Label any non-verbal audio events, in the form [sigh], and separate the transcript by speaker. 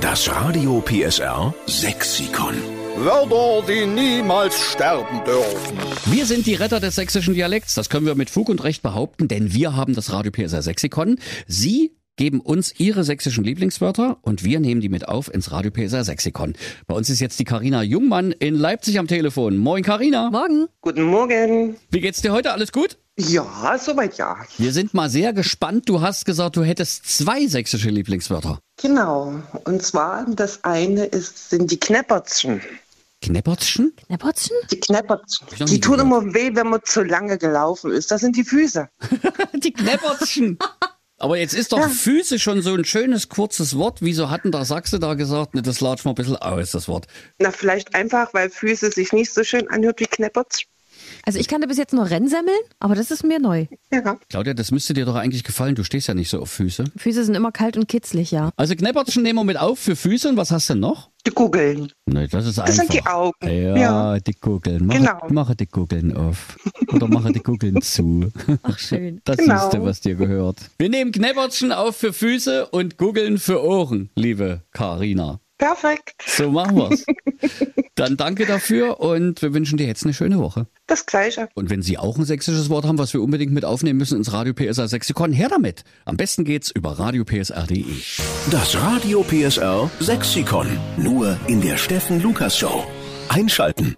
Speaker 1: Das Radio PSR Sexikon.
Speaker 2: Wörter, die niemals sterben dürfen.
Speaker 3: Wir sind die Retter des sächsischen Dialekts. Das können wir mit Fug und Recht behaupten, denn wir haben das Radio PSR Sexikon. Sie geben uns ihre sächsischen Lieblingswörter und wir nehmen die mit auf ins Radio PSR Sexikon. Bei uns ist jetzt die Karina Jungmann in Leipzig am Telefon. Moin Karina.
Speaker 4: Morgen.
Speaker 5: Guten Morgen.
Speaker 3: Wie geht's dir heute? Alles gut?
Speaker 5: Ja, soweit ja.
Speaker 3: Wir sind mal sehr gespannt. Du hast gesagt, du hättest zwei sächsische Lieblingswörter.
Speaker 5: Genau. Und zwar das eine ist, sind die Knäppertschen.
Speaker 3: Knäppertschen?
Speaker 4: Knäppertschen?
Speaker 5: Die Knäppertschen.
Speaker 3: noch nie
Speaker 5: Die tun immer weh, wenn man zu lange gelaufen ist. Das sind die Füße.
Speaker 3: [laughs] Die Knäppertschen. [laughs] Aber jetzt ist doch Füße schon so ein schönes, kurzes Wort. Wieso hatten da Sachse da gesagt, ne, das latschen wir ein bisschen aus, das Wort.
Speaker 5: Na, vielleicht einfach, weil Füße sich nicht so schön anhört wie Knäppertschen.
Speaker 4: Also ich kannte bis jetzt nur Rennsemmeln, aber das ist mir neu.
Speaker 5: Ja.
Speaker 3: Claudia, das müsste dir doch eigentlich gefallen. Du stehst ja nicht so auf Füße.
Speaker 4: Füße sind immer kalt und kitzlig, ja.
Speaker 3: Also Knäppertschen nehmen wir mit auf für Füße. Und was hast du noch?
Speaker 5: Die Kugeln.
Speaker 3: Ne, das ist einfach.
Speaker 5: Das sind die Augen.
Speaker 3: Ja,
Speaker 5: Ja.
Speaker 3: die Kugeln. Mache,
Speaker 5: Genau.
Speaker 3: mache die Kugeln auf. Oder mache die Kugeln
Speaker 5: [laughs]
Speaker 3: zu.
Speaker 4: Ach schön.
Speaker 3: Das
Speaker 5: Genau.
Speaker 3: siehst du, was dir gehört. Wir nehmen Knäppertschen auf für Füße und Kugeln für Ohren, liebe Karina.
Speaker 5: Perfekt.
Speaker 3: So machen
Speaker 5: [laughs]
Speaker 3: wir's. Dann danke dafür und wir wünschen dir jetzt eine schöne Woche.
Speaker 5: Das Gleiche.
Speaker 3: Und wenn Sie auch ein sächsisches Wort haben, was wir unbedingt mit aufnehmen müssen ins Radio PSR Sexikon, her damit. Am besten geht's über radiopsr.de.
Speaker 1: Das Radio PSR Sexikon. Nur in der Steffen Lukas Show. Einschalten.